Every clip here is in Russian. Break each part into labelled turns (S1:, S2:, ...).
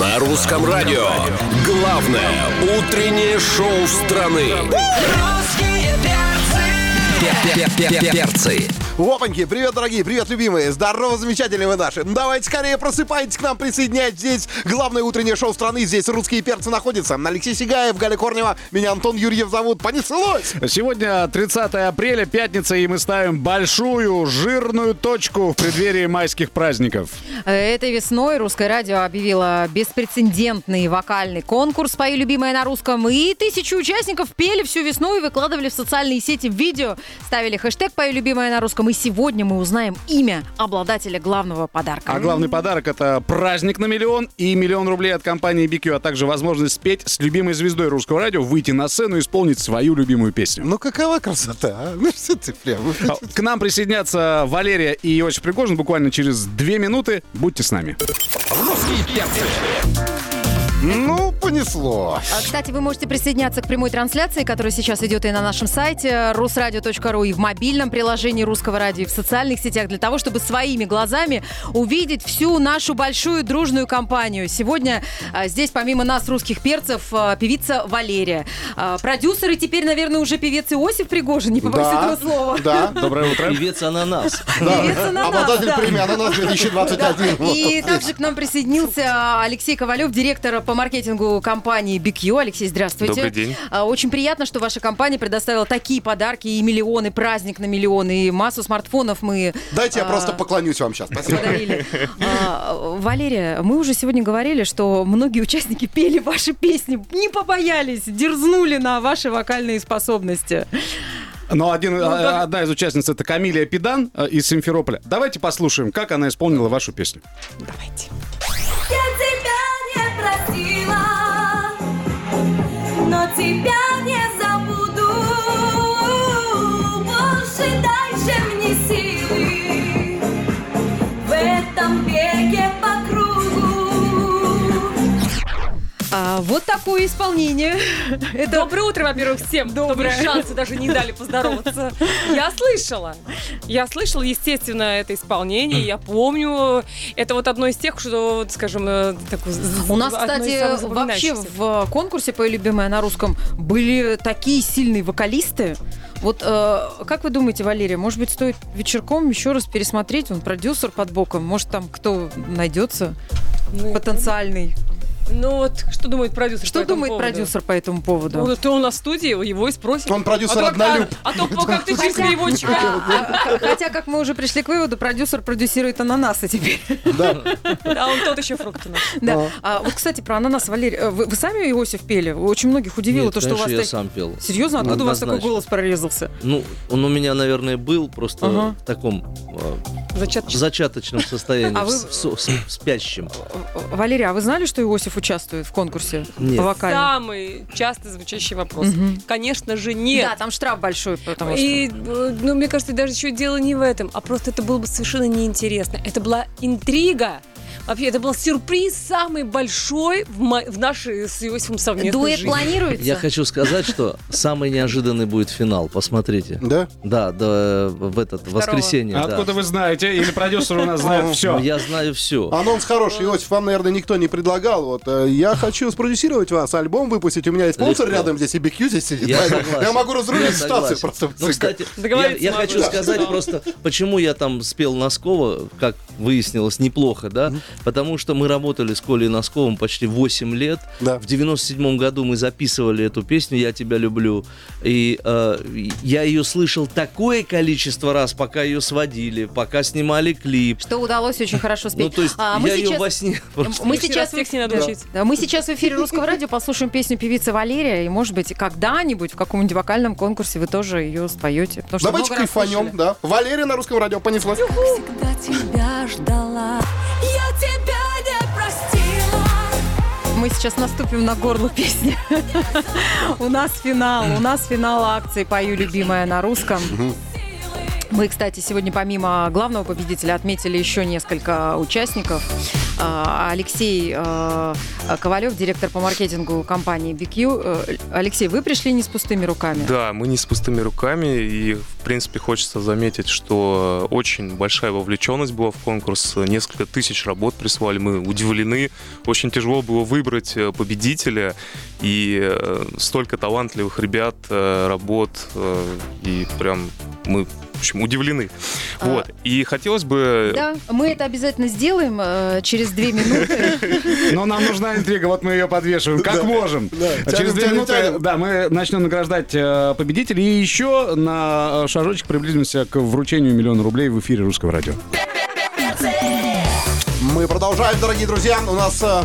S1: На русском радио. Главное утреннее шоу страны.
S2: Русские перцы.
S1: Перцы.
S3: Опаньки, привет, дорогие, привет, любимые, здорово, замечательные вы наши. Ну, Давайте скорее просыпайтесь к нам, присоединяйтесь. Здесь главное утреннее шоу страны, здесь русские перцы находятся. Алексей Сигаев, Галя Корнева, меня Антон Юрьев зовут. Понеслось!
S4: Сегодня 30 апреля, пятница, и мы ставим большую жирную точку в преддверии майских праздников.
S5: Этой весной русское радио объявило беспрецедентный вокальный конкурс «Пою любимое на русском». И тысячи участников пели всю весну и выкладывали в социальные сети видео, ставили хэштег «Пою любимое на русском». И сегодня мы узнаем имя обладателя главного подарка.
S4: А главный подарок это праздник на миллион и миллион рублей от компании BQ, а также возможность спеть с любимой звездой русского радио, выйти на сцену и исполнить свою любимую песню.
S3: Ну, какова красота, а? Ну, что ты прям...
S4: А, К нам присоединятся Валерия и Иосиф Пригожин буквально через две минуты. Будьте с нами.
S3: Ну, понесло.
S5: А, Кстати, вы можете присоединяться к прямой трансляции, которая сейчас идет и на нашем сайте э, rusradio.ru, и в мобильном приложении Русского радио, и в социальных сетях, для того, чтобы своими глазами увидеть всю нашу большую дружную компанию. Сегодня а, здесь, помимо нас, русских перцев, а, певица Валерия. А, Продюсер и теперь, наверное, уже певец Иосиф Пригожин, не побоюсь этого слова.
S3: да,
S4: Доброе утро.
S6: Певец ананас.
S5: Певец «Ананас»,
S3: Обладатель
S5: да.
S3: премии «Ананас» 2021. Вот
S5: И
S3: тут
S5: также к нам присоединился а, Алексей Ковалев, директор по маркетингу компании BQ. Алексей, здравствуйте.
S7: Добрый день.
S5: А, Очень приятно, что ваша компания предоставила такие подарки и миллионы, праздник на миллионы, и массу смартфонов мы
S3: Дайте я
S5: а,
S3: просто поклонюсь вам сейчас. Спасибо.
S5: подарили. А, Валерия, мы уже сегодня говорили, что многие участники пели ваши песни, не побоялись, дерзнули на ваши вокальные способности.
S4: Но один, а, одна из участниц это Камилия Педан э, из Симферополя. Давайте послушаем, как она исполнила вашу песню.
S5: Давайте.
S2: Я тебя не простила, но тебя не забуду. Больше дай, чем мне силы в этом беге по кругу.
S5: А, Вот такое исполнение. Это
S8: Доброе утро, во-первых, всем. Добрые шансы даже не дали поздороваться. Я слышала. Я слышала, естественно, это исполнение. Я помню. Это вот одно из тех, что, вот, скажем, э, такое... з-
S5: У нас,
S8: одно из
S5: кстати,
S8: самых
S5: вообще
S8: запоминающихся.
S5: в э, конкурсе «Пою любимая» на русском были такие сильные вокалисты. Вот э, как вы думаете, Валерия, может быть, стоит вечерком еще раз пересмотреть? Он продюсер под боком, может, там кто найдется
S8: Ну,
S5: потенциальный.
S8: Ну вот, что думает продюсер?
S5: Что
S8: по этому
S5: думает
S8: поводу?
S5: продюсер по этому поводу?
S8: Ну, ты у нас в студии, его и спросим.
S3: Он продюсер
S8: а то, как-
S3: однолюб.
S8: А, то, по- как ты через
S5: Хотя-
S8: переводчика.
S5: А, Хотя, как мы уже пришли к выводу, продюсер продюсирует ананасы теперь.
S8: Да, он тот еще фрукт у нас.
S5: Да. А, вот, кстати, про ананас, Валерий, э, вы, вы сами Иосиф пели? Очень многих удивило
S6: Нет,
S5: то, что у вас...
S6: конечно, я
S5: так-
S6: сам пел.
S5: Серьезно? Откуда у вас такой
S6: Однозначно.
S5: голос прорезался?
S6: Ну, он у меня, наверное, был просто
S5: Ага.
S6: в таком э,
S8: Зачаточный.
S6: зачаточном состоянии,
S5: А
S6: в
S5: вы-
S6: с- в со- в спящем.
S5: В- Валерия, а вы знали, что Иосиф участвует в конкурсе
S6: Нет.
S5: по вокалу?
S8: Самый часто звучащий вопрос.
S5: Мгм.
S8: Конечно же, нет.
S5: Да, там штраф большой, потому что...
S8: И, э, ну, мне кажется, даже еще дело не в этом, а просто это было бы совершенно неинтересно. Это была интрига. Вообще, это был сюрприз самый большой в, мо- в нашей с Иосифом совместной
S5: Дуэт
S8: жизни.
S5: планируется?
S6: Я хочу сказать, что самый неожиданный будет финал. Посмотрите.
S3: Да?
S6: Да, да, в этот воскресенье. да.
S4: А Откуда вы знаете? Или продюсер у нас знает
S6: Ну,
S4: все?
S6: Я знаю все.
S3: Анонс хороший, Иосиф, вам, наверное, никто не предлагал. Вот э, я хочу спродюсировать вас, альбом выпустить. У меня есть спонсор
S6: Легко.
S3: рядом здесь, и BQ здесь сидит.
S6: Я
S3: поэтому
S6: согласен.
S3: я могу разрулить
S6: Я
S3: ситуацию
S6: согласен.
S3: просто.
S6: Ну, кстати, я,
S8: Договориться
S6: я
S8: могу.
S6: хочу сказать
S8: Да.
S6: просто, почему я там спел Носкова, как выяснилось, неплохо, да? Потому что мы работали с Колей Носковым почти 8 лет.
S3: Да.
S6: В 97 году мы записывали эту песню «Я тебя люблю». И э, я ее слышал такое количество раз, пока ее сводили, пока снимали клип.
S5: Что удалось очень хорошо спеть.
S6: Ну, то есть
S5: А, мы
S6: я ее
S5: сейчас-
S6: во сне... просто-
S5: Мы
S8: Следующий
S5: сейчас,
S8: раз текст не надо
S5: Да.
S8: учить.
S5: Да, мы сейчас в эфире Русского радио послушаем песню певицы Валерия, и, может быть, когда-нибудь в каком-нибудь вокальном конкурсе вы тоже ее споете. Потому что
S3: Давайте
S5: много раз
S3: кайфанем,
S5: слышали.
S3: да. Валерия на русском радио понеслась.
S2: Всегда тебя ждала, я тебя не простила.
S5: Мы сейчас наступим на горло песни. У нас финал, у нас финал акции «Пою любимая на русском». Мы, кстати, сегодня помимо главного победителя отметили еще несколько участников. А, Алексей э, Ковалев, директор по маркетингу компании BQ. Э, Алексей, вы пришли не с пустыми руками.
S7: Да, мы не с пустыми руками, и, в принципе, хочется заметить, что очень большая вовлеченность была в конкурс, несколько тысяч работ присылали, мы удивлены, очень тяжело было выбрать э, победителя, и э, столько талантливых ребят, э, работ, э, и прям мы, в общем, удивлены.
S5: А-
S7: Вот, и хотелось бы...
S5: Да, мы это обязательно сделаем э, через две минуты.
S4: Но нам нужна интрига, вот мы ее подвешиваем. Как можем. А
S3: тянем,
S4: Через две
S3: тянем,
S4: минуты
S3: тянем.
S4: да, мы начнем награждать э, победителей. И еще на э, шажочек приблизимся к вручению миллиона рублей в эфире русского радио.
S3: Мы продолжаем, дорогие друзья. У нас э,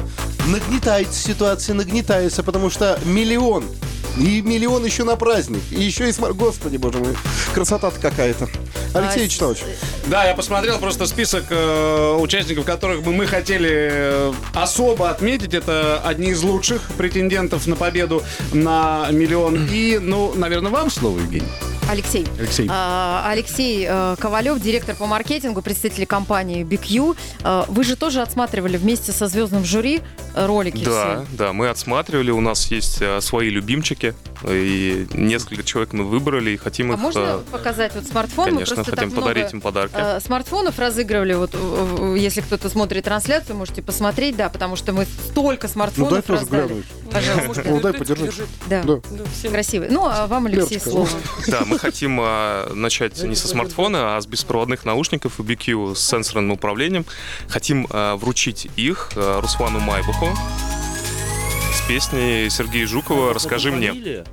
S3: нагнетается ситуация, нагнетается, потому что миллион. И миллион еще на праздник. И еще и смо- Господи, боже мой, красота-то какая-то. Алексей
S5: А,
S3: Вячеславович,
S4: Да, я посмотрел просто список э, участников, которых бы мы хотели э, особо отметить. Это одни из лучших претендентов на победу на миллион. И, ну, наверное, вам слово, Евгений.
S5: Алексей.
S4: Алексей.
S5: А, Алексей э, Ковалев, директор по маркетингу, представитель компании BQ. Э, Вы же тоже отсматривали вместе со звездным жюри э, ролики
S7: Да,
S5: все.
S7: да, мы отсматривали, у нас есть э, свои любимчики, и несколько человек мы выбрали, и хотим
S5: А
S7: их,
S5: можно
S7: э,
S5: показать вот смартфон? Мы
S7: конечно,
S5: просто
S7: хотим
S5: так много,
S7: подарить им подарки.
S5: э, Смартфонов разыгрывали, вот э, э, если кто-то смотрит трансляцию, можете посмотреть, да, потому что мы столько
S3: ну дай
S5: смартфонов
S3: тоже
S5: раздали.
S3: глянуть.
S5: Пожалуйста.
S3: Ну, дай подержи.
S8: подержи.
S5: Да,
S3: Да.
S5: красивый. Ну, а вам, Алексей,
S3: Лерочка,
S5: слово.
S7: Да, мы хотим э, начать не со смартфона, а с беспроводных наушников и BQ с сенсорным управлением. Хотим э, вручить их э, Руслану Майбуху с песней Сергея Жукова «Расскажи мне».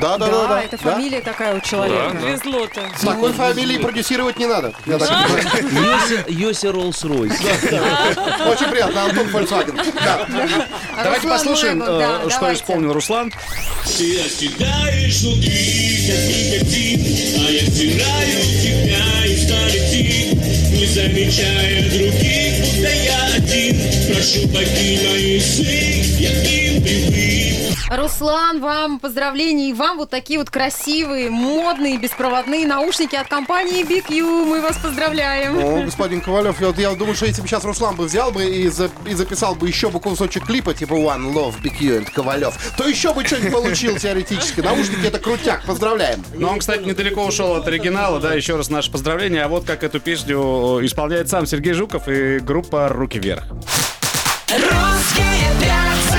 S3: Да, да, да, да.
S5: это
S3: Да?
S5: фамилия такая у человека.
S7: Да.
S8: Везло-то.
S3: Такой фамилии продюсировать не надо. Я так понимаю.
S6: Йоси Роллс-Ройс.
S3: Очень приятно, Антон Фольксваген. Да.
S5: А
S4: Давайте
S5: Руслан
S4: послушаем,
S5: Лайбов,
S4: э,
S5: да,
S4: что
S5: давайте.
S4: исполнил Руслан.
S5: Руслан, вам поздравления и вам вот такие вот красивые, модные, беспроводные наушники от компании BQ. Мы вас поздравляем.
S3: О, Ну, господин Ковалев, я, вот- я думаю, что если бы сейчас Руслан бы взял бы и, за- и записал бы еще бы кусочек клипа типа One Love, BQ and Ковалев, то еще бы что-нибудь получил теоретически. Наушники это крутяк, поздравляем.
S4: Но Ну, он, кстати, недалеко ушел от оригинала, да, еще раз наше поздравление. А вот как эту песню э, исполняет сам Сергей Жуков и группа «Руки вверх».
S2: Русские перцы.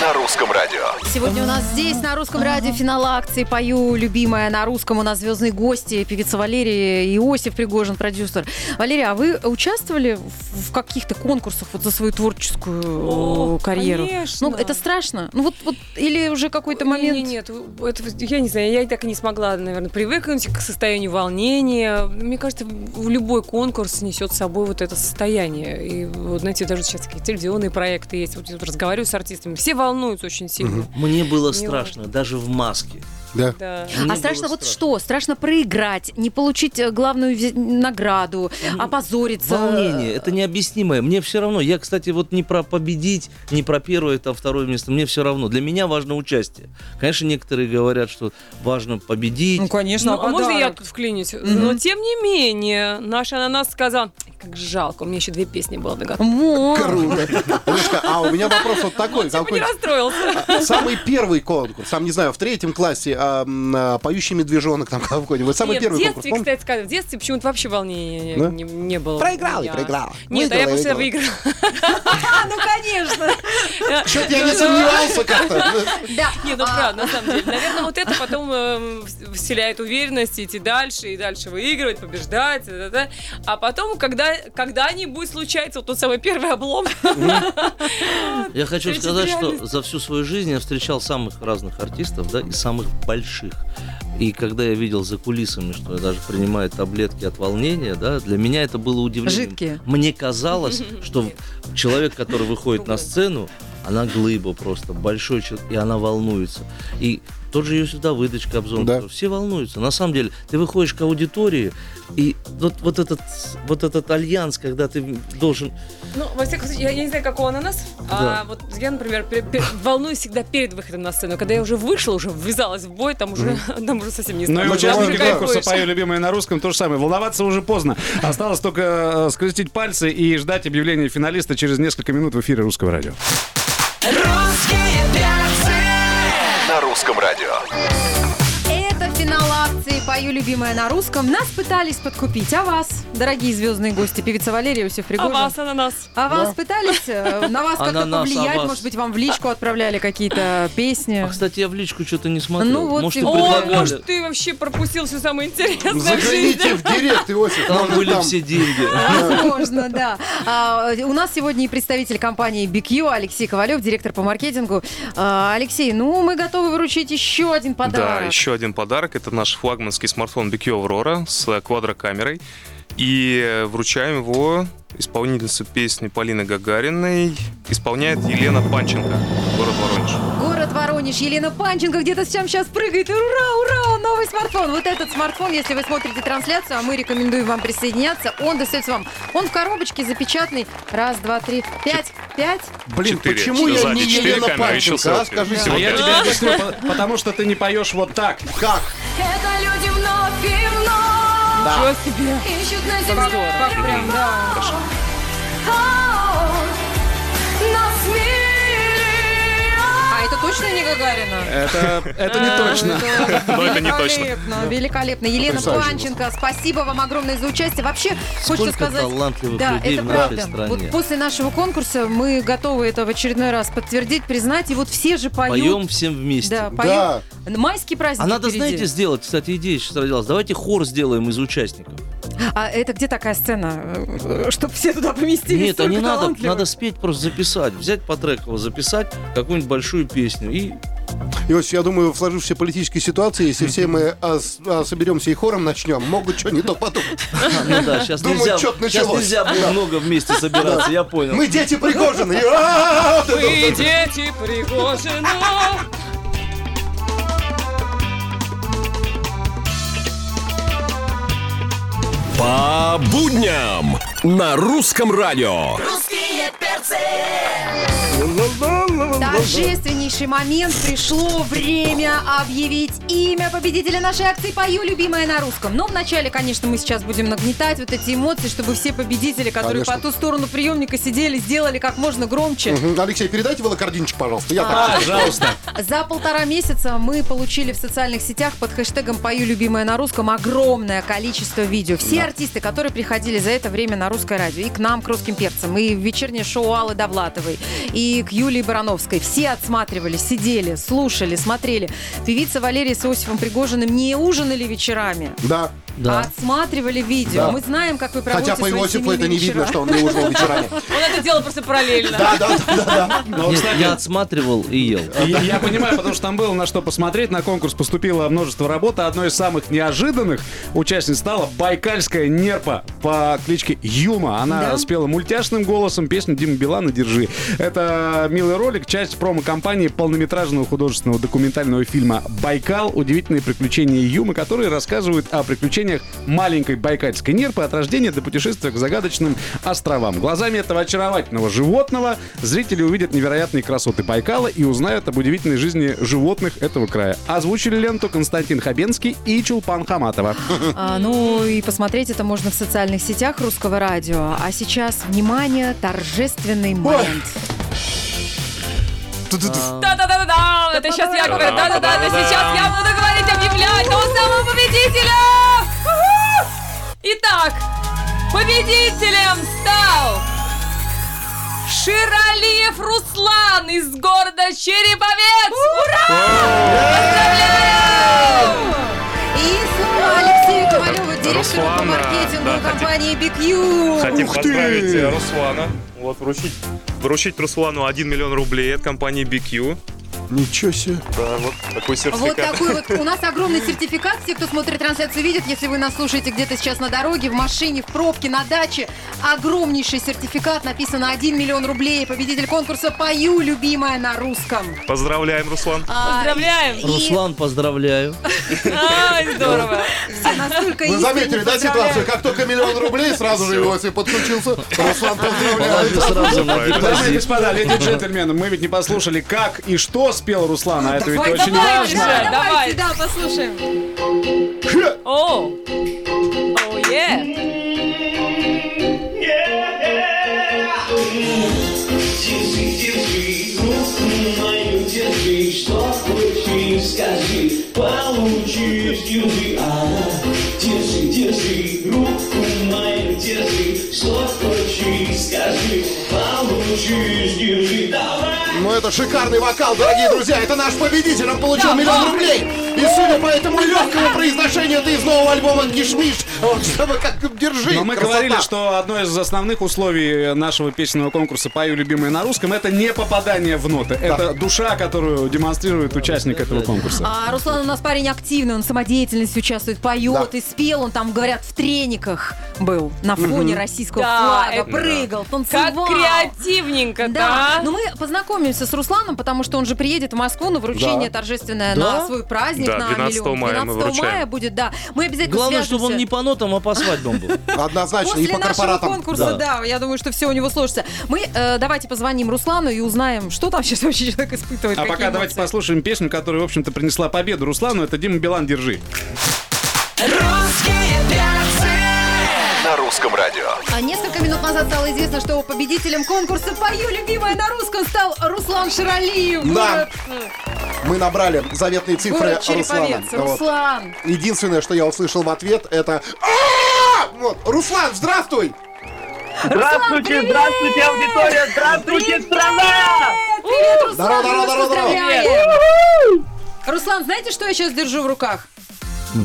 S1: На русском радио.
S5: Сегодня у нас здесь на русском радио финал акции «Пою, любимая». На русском у нас звездные гости, певица Валерия Иосиф Пригожин, продюсер. Валерия, а вы участвовали в в каких-то конкурсах вот за свою творческую
S8: О,
S5: э, карьеру?
S8: конечно.
S5: Ну, это страшно? Ну, вот, вот или уже какой-то момент...
S8: Не, не, нет, это, я не знаю, я и так и не смогла, наверное, привыкнуть к состоянию волнения. Мне кажется, в- любой конкурс несет с собой вот это состояние. И, вот, знаете, даже сейчас такие телевизионные проекты есть. Вот я тут разговариваю с артистами, все волнуются очень сильно.
S6: Мне было страшно, даже в маске.
S8: Да.
S6: Мне
S5: А
S6: было
S5: страшно вот что? Страшно проиграть, не получить э, главную виз- награду, опозориться.
S6: Ну, Волнение, это необъяснимое. Мне все равно. Я, кстати, вот не про победить, не про первое, там, второе место. Мне все равно. Для меня важно участие. Конечно, некоторые говорят, что важно победить.
S5: Ну, конечно,
S8: Ну, а можно я
S5: подарок?
S8: тут вклинюсь? Но, тем не менее, наш ананас сказал, как жалко, у меня еще две песни было на готове».
S5: Мо.
S3: Круто. Лешка, а у меня вопрос вот такой.
S8: Я бы не
S3: какой-
S8: расстроился.
S3: Самый первый конкурс, там, не знаю, в третьем классе а, м, а, «Поющий медвежонок» там какой-нибудь. Самый
S8: Нет,
S3: первый
S8: в
S3: конкурс,
S8: детстве,
S3: помните?
S8: кстати, сказать, в детстве почему-то вообще волнения
S3: Да?
S8: не, не было.
S3: Проиграл,
S8: Я-
S3: проиграл.
S8: Нет, а я
S3: Выиграл,
S8: просто
S3: выиграл.
S8: выиграла.
S5: Ну, конечно.
S3: Чё-то я не сомневался как-то.
S5: Да.
S8: Не, ну правда, на самом деле. Наверное, вот это потом эм, вс- вселяет уверенность идти дальше и дальше выигрывать, побеждать. да-да-да. А потом, когда, когда-нибудь случается вот тот самый первый облом.
S6: Я хочу
S8: Встреча с
S6: сказать, что
S8: реальностью.
S6: за всю свою жизнь я встречал самых разных артистов, да, и самых больших. И когда я видел за кулисами, что я даже принимаю таблетки от волнения, да, для меня это было удивление.
S5: Жидкие.
S6: Мне казалось, что человек, который выходит на сцену, она глыба просто, большой человек, и она волнуется. И тот же Юсиф Давыдович Кобзон.
S3: Да.
S6: Все волнуются. На самом деле, ты выходишь к аудитории, и вот, вот, этот, вот этот альянс, когда ты должен...
S8: Ну, во всяком случае, я, я не знаю, как у ананас.
S6: Да.
S8: А вот я, например, пер- пер- волнуюсь всегда перед выходом на сцену. Когда я уже вышла, уже ввязалась в бой, там уже, там уже совсем не
S4: Ну и
S8: страшно. Там
S4: участники
S8: уже кайфуешь.
S4: конкурса «Пою любимое на русском» то же самое. Волноваться уже поздно. Осталось только э, скрестить пальцы и ждать объявления финалиста через несколько минут в эфире «Русского радио».
S9: На русском радио.
S5: Это финал акции «Пою любимая на русском». Нас пытались подкупить, а вас, дорогие звездные гости, певица Валерия Усев
S8: А
S5: Пригожин.
S8: вас, ананас.
S5: А вас пытались? э, На вас как-то
S6: Ананас, а
S5: повлиять?
S6: вас?
S5: Может быть, вам в личку отправляли какие-то песни?
S6: А, кстати, я в личку что-то не смотрел.
S5: Э, Ну вот
S6: может,
S5: и-
S6: и
S5: О,
S8: О,
S6: предлагали.
S8: может, ты вообще пропустил все самое интересное в жизни.
S3: Загляните в директ, Иосиф.
S6: Там
S3: может,
S6: были все деньги.
S5: Возможно, да. А, у нас сегодня и представитель компании BQ Алексей Ковалев, директор по маркетингу. А, Алексей, ну мы готовы вручить еще один
S7: Да,
S5: подарок.
S7: еще один подарок. Это наш флагманский смартфон BQ Aurora с квадрокамерой. И вручаем его исполнительнице песни Полины Гагариной. Исполняет Елена Панченко, город Воронеж.
S5: Город Воронеж, Елена Панченко где-то сам сейчас прыгает. Ура, ура, новый смартфон. Вот этот смартфон, если вы смотрите трансляцию, а мы рекомендуем вам присоединяться, он достается вам. Он в коробочке запечатанный. Раз, два, три, пять, пять.
S3: Блин,
S7: Четыре.
S3: почему я
S7: Сзади
S3: не
S7: четыре
S3: Елена
S7: камеры, еще
S3: Панченко, а?
S7: селфи.
S3: Скажи,
S7: Всего
S4: А я
S7: пять.
S4: тебе объясню, по- потому что ты не поешь вот так.
S3: как?
S2: Это люди вновь и вновь
S3: Да.
S2: ищут на земле
S8: как прям,
S2: любовь. О, Нас миллион.
S5: А это точно не Гагарина?
S4: Это, это не точно.
S7: Но это не точно.
S5: Великолепно, великолепно. Елена
S3: Потрясающе
S5: Панченко, спасибо вам огромное за участие. Вообще,
S6: Сколько
S5: хочется сказать...
S6: талантливых
S5: да,
S6: людей
S5: это
S6: в
S5: правда.
S6: нашей стране.
S5: Вот после нашего конкурса мы готовы это в очередной раз подтвердить, признать. И вот все же поют.
S6: Поем всем вместе.
S5: Да,
S3: Да.
S5: поют. Майский праздник
S6: А надо,
S5: впереди.
S6: знаете, сделать, кстати, идея сейчас родилась. Давайте хор сделаем из участников.
S5: А это где такая сцена? Чтобы все туда поместились?
S6: Нет, а не
S5: столько
S6: надо,
S5: талантливых?
S6: надо спеть, просто записать. Взять по треково, записать какую-нибудь большую песню. И
S3: Иосиф, я думаю, в сложившейся политической ситуации, если все мы а, с- а, соберемся и хором начнем, могут что не то подумать.
S6: ну да, сейчас
S3: Думаю,
S6: нельзя,
S3: чё-то
S6: сейчас
S3: началось.
S6: нельзя было много вместе собираться, я понял.
S3: Мы дети Пригожина. и- а, вот это вот.
S8: Вы дети ну, Пригожина.
S1: По будням на русском радио.
S2: Русские перцы.
S5: Торжественнейший момент. Пришло время объявить имя победителя нашей акции «Пою, любимая на русском». Но вначале, конечно, мы сейчас будем нагнетать вот эти эмоции, чтобы все победители, которые
S3: Конечно.
S5: по ту сторону приемника сидели, сделали как можно громче.
S3: Мгм. Алексей, передайте волокординчик, А, пожалуйста. Я так.
S4: Пожалуйста.
S5: За полтора месяца мы получили в социальных сетях под хэштегом «Пою, любимая на русском» огромное количество видео. Все артисты, которые приходили за это время на русское радио, и к нам, к русским перцам, и в вечернее шоу Аллы Довлатовой, и к Юлии Барановской, все отсматривали, сидели, слушали, смотрели. Певица Валерия с Иосифом Пригожиным не ужинали вечерами,
S3: Да.
S5: а
S6: Да.
S5: отсматривали видео.
S3: Да.
S5: Мы знаем, как вы проводите
S3: Хотя по
S5: свои
S3: Иосифу
S5: семейные
S3: это не
S5: вечера.
S3: видно, что он не ужинал вечерами.
S8: Он это делал просто параллельно.
S3: Да, да, да, да.
S4: Но,
S6: Нет,
S4: кстати,
S6: Ну, я отсматривал и ел.
S4: Я, я понимаю, потому что там было на что посмотреть. На конкурс поступило множество работ. а Одной из самых неожиданных участниц стала байкальская нерпа по кличке Юма. Она спела мультяшным голосом песню Дима Билана «Держи». Это милый ролик, часть промо-компании полнометражного художественного документального фильма «Байкал. Удивительные приключения Юмы», которые рассказывают о приключениях маленькой байкальской нерпы от рождения до путешествия к загадочным островам. Глазами этого очаровательного животного зрители увидят невероятные красоты Байкала и узнают об удивительной жизни животных этого края. Озвучили ленту Константин Хабенский и Чулпан Хаматова.
S5: А, ну и посмотреть это можно в социальных сетях Русского радио. А сейчас, внимание, торжественный момент.
S8: Да-да-да-да-да! Это сейчас я говорю. Да-да-да, это сейчас я буду говорить, объявлять того самого победителя! Уху! Итак, победителем стал Ширалиев Руслан из города Череповец! Ура!
S5: И слово Алексею Ковалеву, директору по
S7: Руслана,
S5: маркетингу
S7: да,
S5: компании BQ.
S7: Хотим поздравить э, Руслана. Вот, вручить, вручить Руслану 1 миллион рублей от компании BQ.
S3: Ничего себе.
S7: Да, вот такой
S5: Вот
S7: сертификат.
S5: такой вот. У нас огромный сертификат. Все, кто смотрит трансляцию, видят. Если вы нас слушаете где-то сейчас на дороге, в машине, в пробке, на даче, огромнейший сертификат. Написано 1 миллион рублей. Победитель конкурса «Пою, любимая» на русском.
S7: Поздравляем, Руслан.
S5: А,
S8: Поздравляем!
S5: и-
S6: Руслан, поздравляю.
S8: Ай, здорово!
S5: все настолько
S3: Вы
S5: искренне
S3: заметили, да,
S5: поздравляют.
S3: ситуацию? Как только миллион рублей, сразу же Иосиф подключился. Руслан, поздравляю.
S6: Положи сразу на
S7: Правильно.
S4: Дамы и
S6: депозит.
S4: господа, леди и джентльмены, мы ведь не послушали, как и что спел Руслан, а это ведь
S5: Давай,
S4: очень
S5: давай,
S4: важно.
S5: да,
S8: важно.
S5: давайте, да, послушаем.
S8: О! О, е!
S10: Держи, держи, руку мою держи, что хочешь, скажи, получишь, держи, а, держи, держи, руку мою держи, что хочешь, скажи, получишь, держи, давай.
S3: Ну это шикарный вокал, дорогие друзья. Это наш победитель, он получил миллион рублей. И судя по этому легкому произношению, это из нового альбома Кишмиш. Вот чтобы как держи.
S4: Но мы
S3: Красота.
S4: говорили, что одно из основных условий нашего песенного конкурса «Пою любимые на русском» — это не попадание в ноты. Это душа, которую демонстрирует участник этого конкурса.
S5: А, Руслан у нас парень активный, он в самодеятельности участвует, поет и спел. Он там, говорят, в трениках был на фоне российского
S8: Да,
S5: флага,
S8: это-
S5: прыгал,
S8: Как а?
S5: танцевал.
S8: креативненько,
S5: Да,
S8: да? Ну,
S5: но мы познакомимся с Русланом, потому что он же приедет в Москву на вручение торжественное на свой праздник
S7: Да,
S5: на
S7: 12
S5: миллион.
S7: мая мы
S5: 12 мая
S7: вручаем.
S5: будет, да. Мы обязательно
S6: Главное,
S5: свяжемся.
S6: чтобы он не по нотам, а по свадьбам был.
S3: Однозначно,
S5: После
S3: и по
S5: нашего
S3: корпоратам.
S5: конкурса, да. я думаю, что все у него сложится. Мы э, давайте позвоним Руслану и узнаем, что там сейчас вообще человек испытывает.
S4: А
S5: какие
S4: пока давайте
S5: эмоции.
S4: послушаем песню, которая, в общем-то, принесла победу Руслану. Это Дима Билан «Держи».
S9: Русские перцы!
S3: На русском радио.
S5: А Несколько минут назад стало известно, что победителем конкурса «Пою, любимая на русском» стал Руслан Ширалиев.
S3: Да. Мы набрали заветные цифры
S5: Город
S3: Руслана.
S5: Череповец.
S3: Вот.
S5: Руслан.
S3: Единственное, что я услышал в ответ, это... «А-а-а!» Вот. Руслан, здравствуй!
S5: Здравствуйте, здравствуйте, аудитория, здравствуйте, страна! Привет, Руслан,
S3: Здорово,
S5: мы вас
S3: здорово, здорово, здорово.
S5: поздравляем! Руслан, знаете, что я сейчас держу в руках?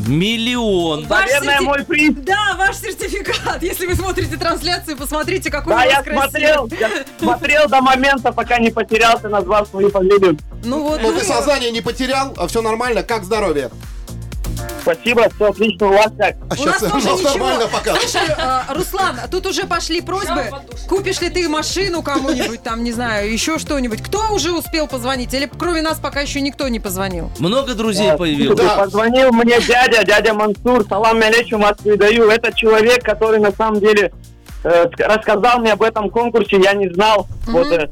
S6: Миллион.
S5: Ваш серти-
S11: мой приз.
S5: Да, ваш сертификат. Если вы смотрите трансляцию, посмотрите, какой
S11: Да,
S5: у
S11: я
S5: вас красивый.
S11: смотрел, я смотрел до момента, пока не потерялся, назвал свою фамилию.
S5: Ну вот,
S3: Ну
S5: ну
S3: ты
S5: и-
S3: сознание не потерял, а все нормально, как здоровье?
S11: Спасибо, все отлично у вас как.
S3: А
S5: У нас
S3: сейчас
S5: тоже
S3: нормально
S5: ничего.
S3: пока.
S5: Слушай, э, Руслан, тут уже пошли просьбы. Купишь ли ты машину кому-нибудь, там, не знаю, еще что-нибудь. Кто уже успел позвонить? Или кроме нас пока еще никто не позвонил?
S6: Много друзей появилось.
S3: Да.
S11: Позвонил мне дядя, дядя Мансур, салам алейкум вас передаю. Это человек, который на самом деле э, ск- рассказал мне об этом конкурсе, я не знал. Вот, э,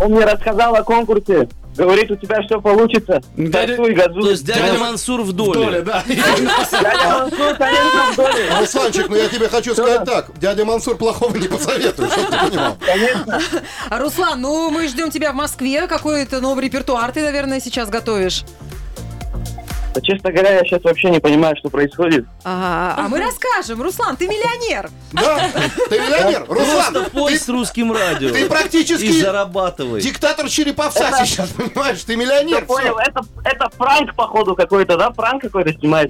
S11: он мне рассказал о конкурсе, говорит, у тебя все получится.
S4: Дядя-
S11: Газуй, газуй.
S6: То есть дядя Мансур в
S4: Доля,
S6: доле.
S4: да.
S11: Дядя Мансур, конечно, в доле.
S3: Русланчик, ну я тебе хочу сказать так. Дядя Мансур плохого не посоветую, чтобы ты понимал.
S5: А, Руслан, ну мы ждем тебя в Москве. Какой-то новый репертуар ты, наверное, сейчас готовишь.
S11: Да, Честно говоря, я сейчас вообще не понимаю, что происходит.
S5: А, а мы расскажем. Руслан, ты миллионер.
S3: Да? Ты миллионер? Руслан,
S6: Просто пой с русским радио.
S3: ты
S6: И
S3: практически
S6: зарабатывай.
S3: диктатор Череповца сейчас, понимаешь? Ты миллионер.
S11: Я понял, это, это пранк, походу, какой-то, да? Пранк какой-то снимает.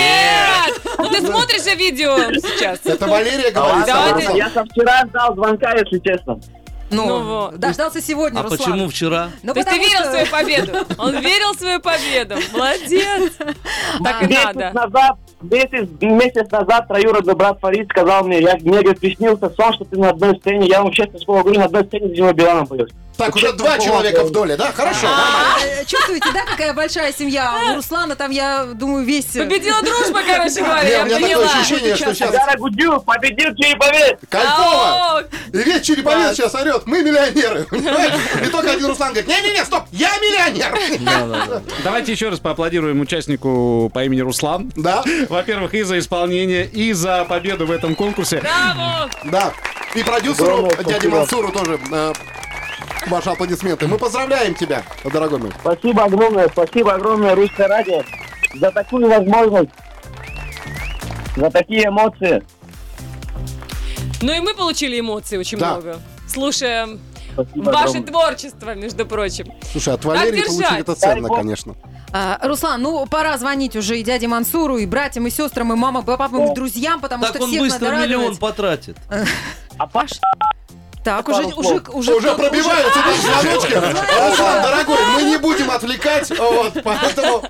S8: Нет! Ну ты смотришь же видео сейчас.
S3: всё. Это Валерия
S11: А,
S3: говорит. с тобой,
S8: Давай,
S11: ладно,
S3: Руслан.
S11: Я со вчера ждал звонка, если честно.
S5: Ну,
S8: Ну вот.
S5: дождался сегодня,
S6: А
S5: Руслан.
S6: почему вчера?
S5: Ну,
S8: То есть ты
S5: потому
S8: верил в
S5: что-
S8: свою победу? Он верил в свою победу. Молодец! Так и
S11: месяц
S8: надо.
S11: назад, месяц, месяц назад троюродный брат Фарид сказал мне, я мне говорит, приснился сон, что ты на одной сцене, я вам честно слово говорю, на одной сцене с Димой Биланом поешь.
S3: Так, уже два человека в доле, да? Хорошо.
S5: А, э, Чувствуете, да, какая большая семья? У Руслана там, я думаю, весь... э,
S8: Победила дружба, короче говоря,
S3: Не,
S8: я
S3: у меня такое
S8: поняла.
S3: ощущение, что сейчас
S11: Гара Гудю победил Череповец!
S3: кайфово.
S8: Ау!
S3: И весь Череповец сейчас орет, мы миллионеры. понимаешь? И только один Руслан говорит, не-не-не, стоп, я миллионер.
S6: Да, да, да.
S4: Давайте еще раз поаплодируем участнику по имени Руслан.
S3: Да,
S4: Во-первых, и за исполнение, и за победу в этом конкурсе.
S8: Браво!
S3: да. И продюсеру,
S11: Здорово, спасибо.
S3: дяде Мансуру тоже э, ваши аплодисменты. Мы поздравляем тебя, дорогой мой.
S11: Спасибо огромное, спасибо огромное Русское радио за такую возможность, за такие эмоции.
S8: Ну и мы получили эмоций очень
S3: Да.
S8: много. Слушаем
S11: Спасибо
S8: ваше
S11: огромное.
S8: творчество, между прочим.
S3: Слушай, от Валерии
S8: держать?
S3: получить это ценно,
S11: Дай бог.
S3: конечно.
S5: А, Руслан, ну пора звонить уже и дяде Мансуру, и братьям, и сестрам, и мамам, и папам, и друзьям, потому
S6: Так
S5: что
S6: он
S5: всех надо
S6: быстро миллион
S5: радовать.
S6: потратит.
S11: А Паш,
S5: Так, уже,
S3: пару
S5: уже,
S3: слов.
S5: уже,
S3: Уже пробиваются
S5: уже-
S3: наши звоночки. Руслан, дорогой, мы не будем отвлекать, вот, поэтому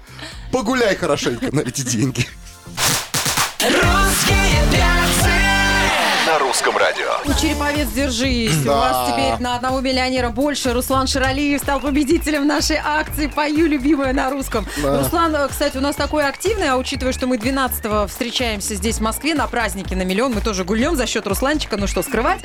S3: погуляй хорошенько на эти деньги.
S9: Русские перцы.
S12: На русском радио.
S5: У Череповец, держись. У вас
S12: Да.
S5: теперь на одного миллионера больше. Руслан Шаралиев стал победителем нашей акции «Пою любимое на русском».
S13: Да.
S5: Руслан, э, кстати, у нас такой активный, а учитывая, что мы 12 встречаемся здесь, в Москве, на празднике на миллион, мы тоже гульнем за счет Русланчика, ну что, скрывать?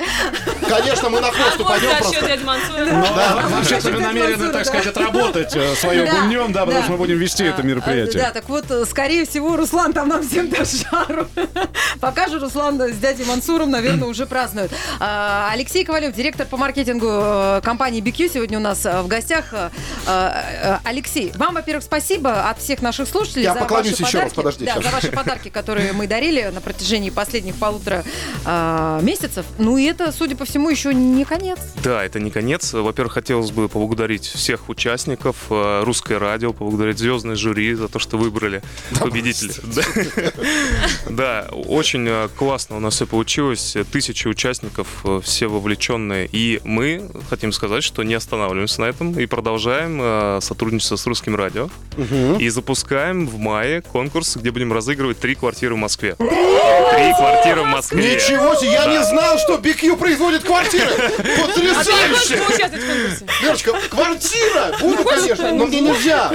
S3: Конечно, мы на хвост
S8: Вот
S3: упадем
S8: за счет
S3: просто.
S8: дяди Мансура.
S4: Ну,
S3: Да.
S4: вообще-то мы намерены, так сказать, отработать э, свое
S5: Да,
S4: гульнем, да, потому
S5: да.
S4: что мы будем вести это
S5: Да,
S4: мероприятие.
S5: так вот, э, скорее всего, Руслан там нам всем даст жару. Пока же Руслан э, с дядей Мансуром, наверное, уже празднует. А, Алексей Ковалев, директор по маркетингу э, компании BQ, сегодня у нас э, в гостях. Э, э, Алексей, вам, во-первых, спасибо от всех наших слушателей
S3: Я
S5: за
S3: поклонюсь
S5: ваши
S3: еще раз,
S5: подарки.
S3: подожди,
S5: Да,
S3: сейчас.
S5: за ваши подарки, которые мы дарили на протяжении последних полутора э, месяцев. Ну и это, судя по всему, еще не конец.
S7: Да, это не конец. Во-первых, хотелось бы поблагодарить всех участников, э, русское радио, поблагодарить звездное жюри за то, что выбрали победителя. Да, очень э, классно у нас все получилось. Э, Тысячи участников, э, все вовлеченные. И мы хотим сказать, что не останавливаемся на этом и продолжаем э, сотрудничество с русским радио. И запускаем в мае конкурс, где будем разыгрывать три квартиры в Москве. Три квартиры в Москве.
S3: Ничего себе, я
S7: Да.
S3: не знал, что BQ производит квартиры. Потрясающе.
S5: А
S3: Верочка, квартира! Буду, конечно, но мне нельзя.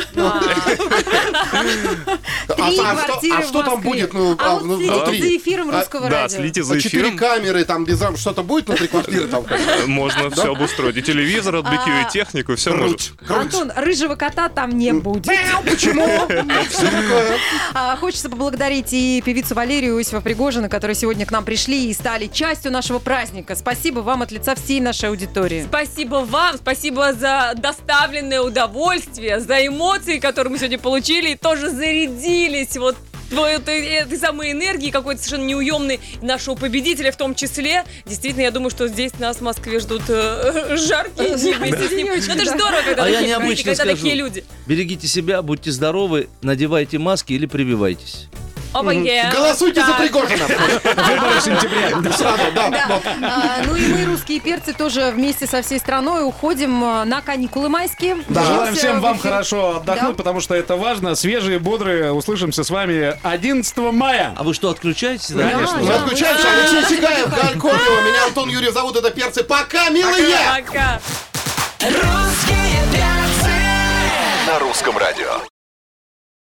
S3: А,
S5: Три
S3: а что-
S5: квартиры
S3: а
S5: в
S3: что там
S5: Москве.
S3: будет ну,
S5: А
S3: а,
S5: вот
S3: ну,
S5: следите
S3: внутри?
S5: за эфиром
S3: А,
S5: Русского
S7: да,
S5: радио.
S7: следите за
S3: а четыре
S7: эфиром.
S3: камеры, там без рам, что-то будет внутри квартиры? Там?
S7: Можно все обустроить. И телевизор от BQ,
S5: А,
S7: и технику, все можно.
S5: Антон, рыжего кота там не будет. Ну.
S3: Почему?
S5: А, Хочется поблагодарить и певицу Валерию Иосифа Пригожина, которые сегодня к нам пришли и стали частью нашего праздника. Спасибо вам от лица всей нашей аудитории.
S8: Спасибо вам, спасибо за доставленное удовольствие, за эмоции, которые мы сегодня получили, и тоже зарядились вот вот этой, этой самой энергией какой-то совершенно неуемной нашего победителя в том числе. Действительно, я думаю, что здесь нас в Москве ждут э, жаркие дни вместе с ним.
S5: денечки,
S8: Ну, это же
S5: да.
S8: здорово, когда
S6: А я
S8: такие праздники,
S6: необычно
S8: когда
S6: скажу.
S8: такие люди.
S6: Берегите себя, будьте здоровы, надевайте маски или прививайтесь.
S8: Опа-е.
S3: Голосуйте за
S8: Так.
S3: Пригожина.
S4: Э, Выборы в сентябре.
S3: Сразу, да.
S5: Да. А, ну и мы, русские перцы, тоже вместе со всей страной уходим э, на каникулы майские.
S4: Желаем
S5: Вернемся
S4: всем
S5: в
S4: вам
S5: эфир.
S4: хорошо отдохнуть,
S5: Да.
S4: потому что это важно. Свежие, бодрые. Услышимся с вами 11 мая.
S6: А вы что, отключаетесь?
S4: да?
S3: Конечно. Мы отключаемся. Алексей Сигаев, Галь Корнева, меня Антон Юрьев зовут, это перцы. Пока, милые!
S8: Пока.
S9: Русские перцы.
S12: На русском радио.